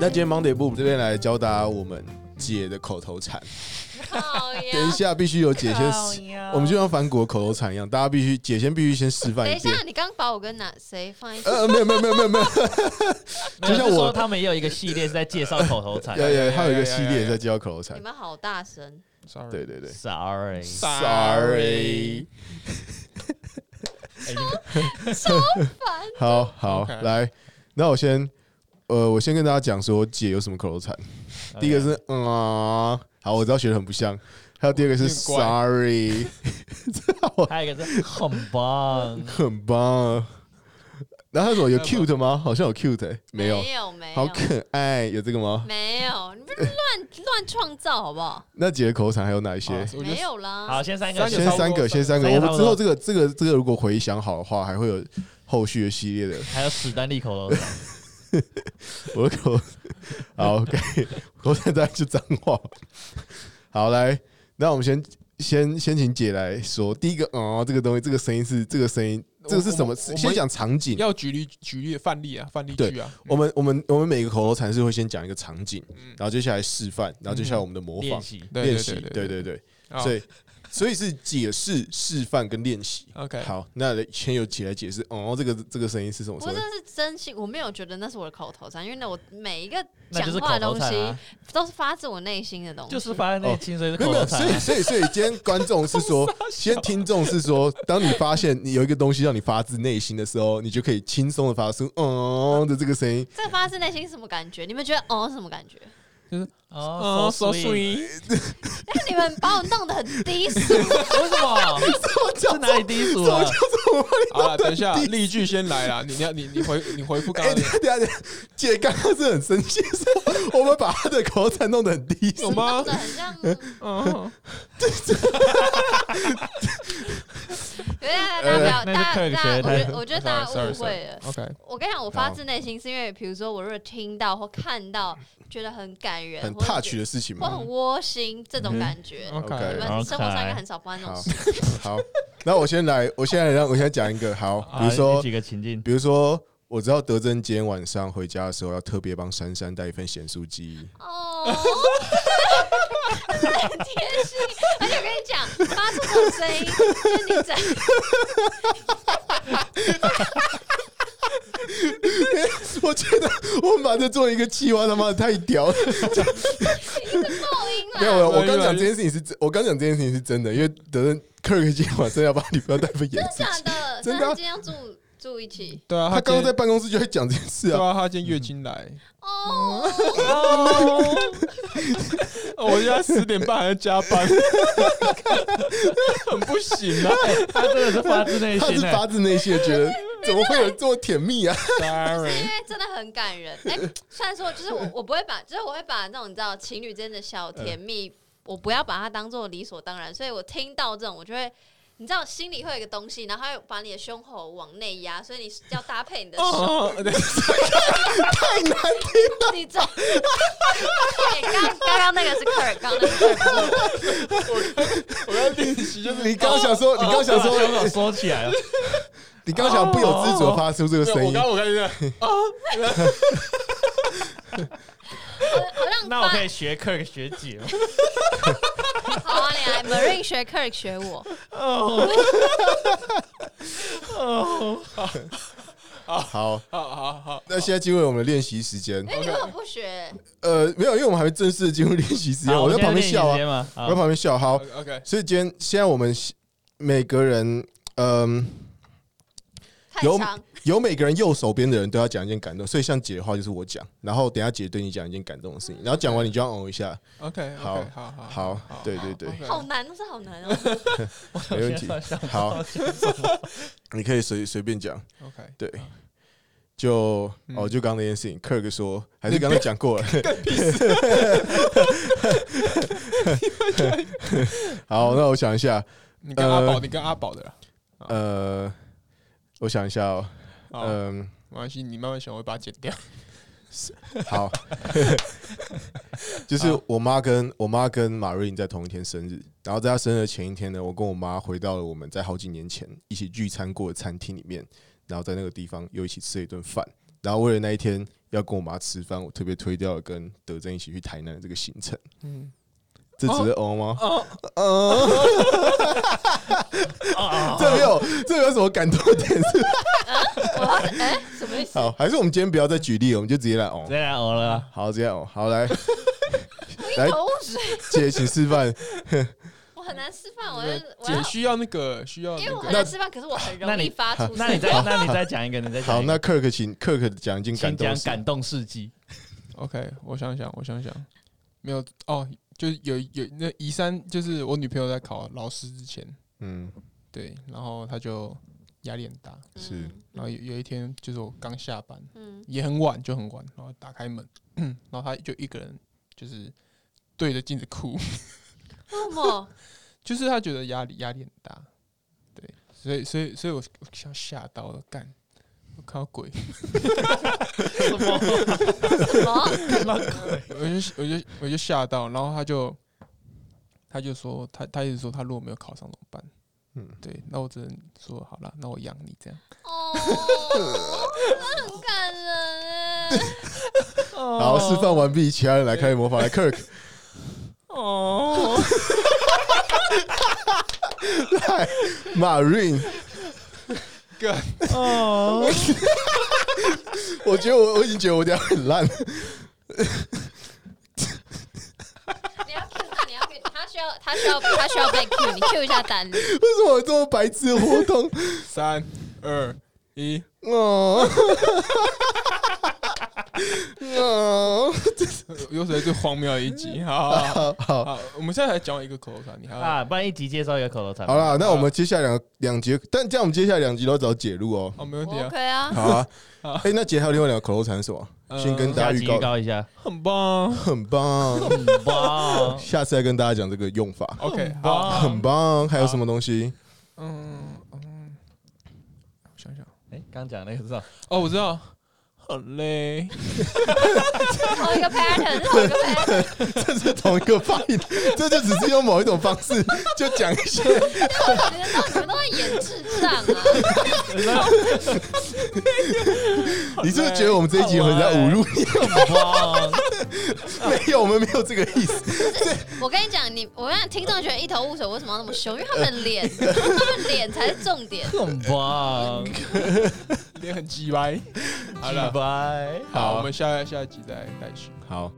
那今天 Monday 部这边来教大家我们姐的口头禅。靠呀等一下必须有姐先靠示，腰我们就像反骨的口头禅一样，大家必须姐先必须先示范等一一遍下，。你刚把我跟哪谁放一起？呃，没有没有没有没有没有，没有 就像是我说他们也有一个系列是在介绍口头禅。 有有，还有一个系有有列有在教口头禅你。们好大声！ Sorry 对对对 Sorry， ，Sorry，哎你好好 OK 来，那我先，呃，我先跟大家讲说姐有什么口 头禅。第一个是哎嗯啊，好，我知道学的很不像。还有第二个是有点怪 Sorry，，还有一个是很棒 很棒啊。然后他说有 cute 吗？好像有 cute，欸没有，没有，没有，好可爱，有这个吗？没有，你不是乱 乱创造好不好？那姐的口头禅还有哪一些好？我觉得没有啦。好，先三个三是个先三个，先三个。三个我差们不之多后这个这个这个，如果回想好的话，还会有后续的系列的。还有史丹利口头禅，我 的口好 OK，口 头禅大概就脏话。好，来，那我们先先先请姐来说第一个哦，这个东西，这个声音是这个声音，这个是什么？我是我先讲场景。要举例举例范例啊，范例句啊，我们我们我们每个口头禅是会先讲一个场景，嗯然后接下来示范，然后接下来我们的模练仿习对练习，对对对对，好所以所以是解释、示范跟练习。 OK 好，那先由姐来解释哦，这个这个声音是什么不声过音这？是真心，我没有觉得那是我的口头禅，因为呢，我每一个那讲就是话的口头东禅西啊，都是发自我内心的东西。就是发现那清水是没有没口头有，所禅以啊。所以所以今天观众是说，今天听众是说，当你发现你有一个东西让你发自内心的时候，你就可以轻松的发出嗯的这个声音。这发自内心是什么感觉？你们觉得哦是什么感觉？ 哦嗯 so sweet，哎，你们把我弄得很低俗，为什 么？是哪里低俗啊了？好了，等一下，例句先来啦。你你要你你回你回复刚哎，刚等一下等一下等一下，姐刚刚是很生气，说我们把她的口头禅弄得很低俗有。吗弄？得很 像。 嗯，对大家不要，呃那是大克家里大学家，的我觉得我觉得大家 Sorry, sorry, 误会了。 OK，我跟你讲，我发自内心是因为，比如说我如果听到或看到，觉得很感人，很或者 touch 的事情或嘛。很窝心这种感觉。 OK，你 OK 们生活上应该很少发生这种好事。，好，那我先来，我现在让我先讲一个好，比如好说，啊几个情 境，比如说，我知道德珍今天晚上回家的时候要特别帮珊珊带一份咸酥鸡。 哦， 很贴心。而且我跟你讲，发出这种声音，就是你在我觉得我们把这做一个计划，他妈的太屌 了！噪音 啊没啦。有，没有哎我刚讲这件事情是真，我刚讲这件事情是真的，因为德仁克尔克今天晚上要把女朋友带回演示真， 的假的？真真的啊的今天要住住一起对啊，他刚刚今天在办公室就在讲这件事对啊。啊，他今天月经来，哦。嗯哦我现在十点半还在加班， 很不行啊。他真的是发自内他是心的。发自内心的觉得，怎么会有这么甜蜜啊？因 Sorry，为真的很感人。哎、虽然说就是我我不会把，就是我会把那种你知道情侣之间的小嗯甜蜜，我不要把它当做理所当然。所以我听到这种，我就会。你知道心里会有一个东西，然后它会把你的胸口往内压，所以你要搭配你的手，哦，对太难听，你 这。哎刚刚刚那个是科尔，刚刚那个是科尔，我要练习就是你 刚刚想说，你刚刚想哦我把说，手收起来 了，你刚刚想不由自主地发出这个对声我音刚，我刚才在好像那我可发以学 Kirk 学姐吗？好啊，你来 Marine 学科尔学我，好。好好好，那现在进入我们的练习时间，哎，你为什么不学？呃，没有，因为我们还没正式地进入练习时间，好我在旁边笑啊，我我们现在练习时间在嘛旁边笑。好， OK，所以今天现在我们每个人，嗯、太有长，有每个人右手边的人都要讲一件感动，所以像姐的话就是我讲，然后等一下姐对你讲一件感动的事情，然后讲完你就要哦一下， OK，好好好好，对对对， OK 好难，都是好难哦。好没问 题我现在想好，你可以随随便讲， OK，对，就哦就刚刚那件事情，Kirk 说还是刚刚讲过了， 好，那我想一下，你跟阿宝，你跟阿宝的啦，呃，我想一下哦，好嗯、没关系，你慢慢想，我会把它剪掉。 好，就是我妈跟我妈跟马瑞颖在同一天生日，然后在她生日的前一天呢，我跟我妈回到了我们在好几年前一起聚餐过的餐厅里面，然后在那个地方又一起吃了一顿饭，然后为了那一天要跟我妈吃饭，我特别推掉了跟德珍一起去台南的这个行程。嗯，这只是哦吗？哦， 这没有，这有什么感动的点？我要哎、什么意思？好，还是我们今天不要再举例了，我们就直接来哦直。接来熬了啊，好，直接哦，好 来，我来一头雾水，姐，请示 范。我很难示范，我要那个我姐要，需要那个需要因为我那很个难示范，可是我很那容你易发出。 那你再那你再讲一个，你再讲好，一那个 Kirk 请 Kirk 讲一件感请动讲的事。感动事迹， OK，我想想，我想想，没有哦，就是有有那宜山，就是我女朋友在考老师之前，嗯，对，然后她就压力很大，是然后有有一天就是我刚下班，嗯，也很晚，就很晚，然后打开门， 然后她就一个人就是对着镜子哭， 为什么？就是她觉得压力压力很大，对，所以所以所以我我吓吓到了，干，我看到鬼，什么什么？我就我就我就吓到，然后他就他就说他他一直说他如果没有考上怎么办？嗯嗯，对，那我只能说好了，那我养你这样。哦， 那很感人哎。好，示范完毕，其他人来开魔 法。来，Kirk，哦，来，Marine，干，哦，我觉得我我已经觉得我这样很烂。你要 Q 他，你要 Q 他，需要他需要他需要被 Q，你 Q 一下丹尼。为什么有这么白痴的活动？三二一，哦， 哦，又是最荒谬的一 集。好好好好好好，我们现在才讲一个口头禅，你还要啊，不然一集介绍一个口头禅吧。好啦，那我们接下来两两节，但这样我们接下来两集都要找解路哦。哦， 没问题我啊， OK 啊，好 啊好，哎，那姐还有另外两个口头禅是什么？呃先跟大下家集预预告，告一 下，很棒啊。很棒，很棒，下次再跟大家讲这个用法， OK，很好，棒，很。棒。还有什么东西？嗯嗯，我想想，哎，刚讲那个是 什么哦，我知道，很累，同一个 pattern，同一个 pattern，这是同一个发音， 这就只是用某一种方式就讲一 些。你们都你们都在演智障啊！你是不是觉得我们这一集很在侮辱你？ 很棒，没有，我们没有这个意思。我跟你讲，你我跟你讲，听众觉得一头雾水，为什么要那么凶？因为他们的脸，他们脸才是重点。很棒，脸很鸡歪。好了拜，拜。好，啊好我们下下一集再再续。好。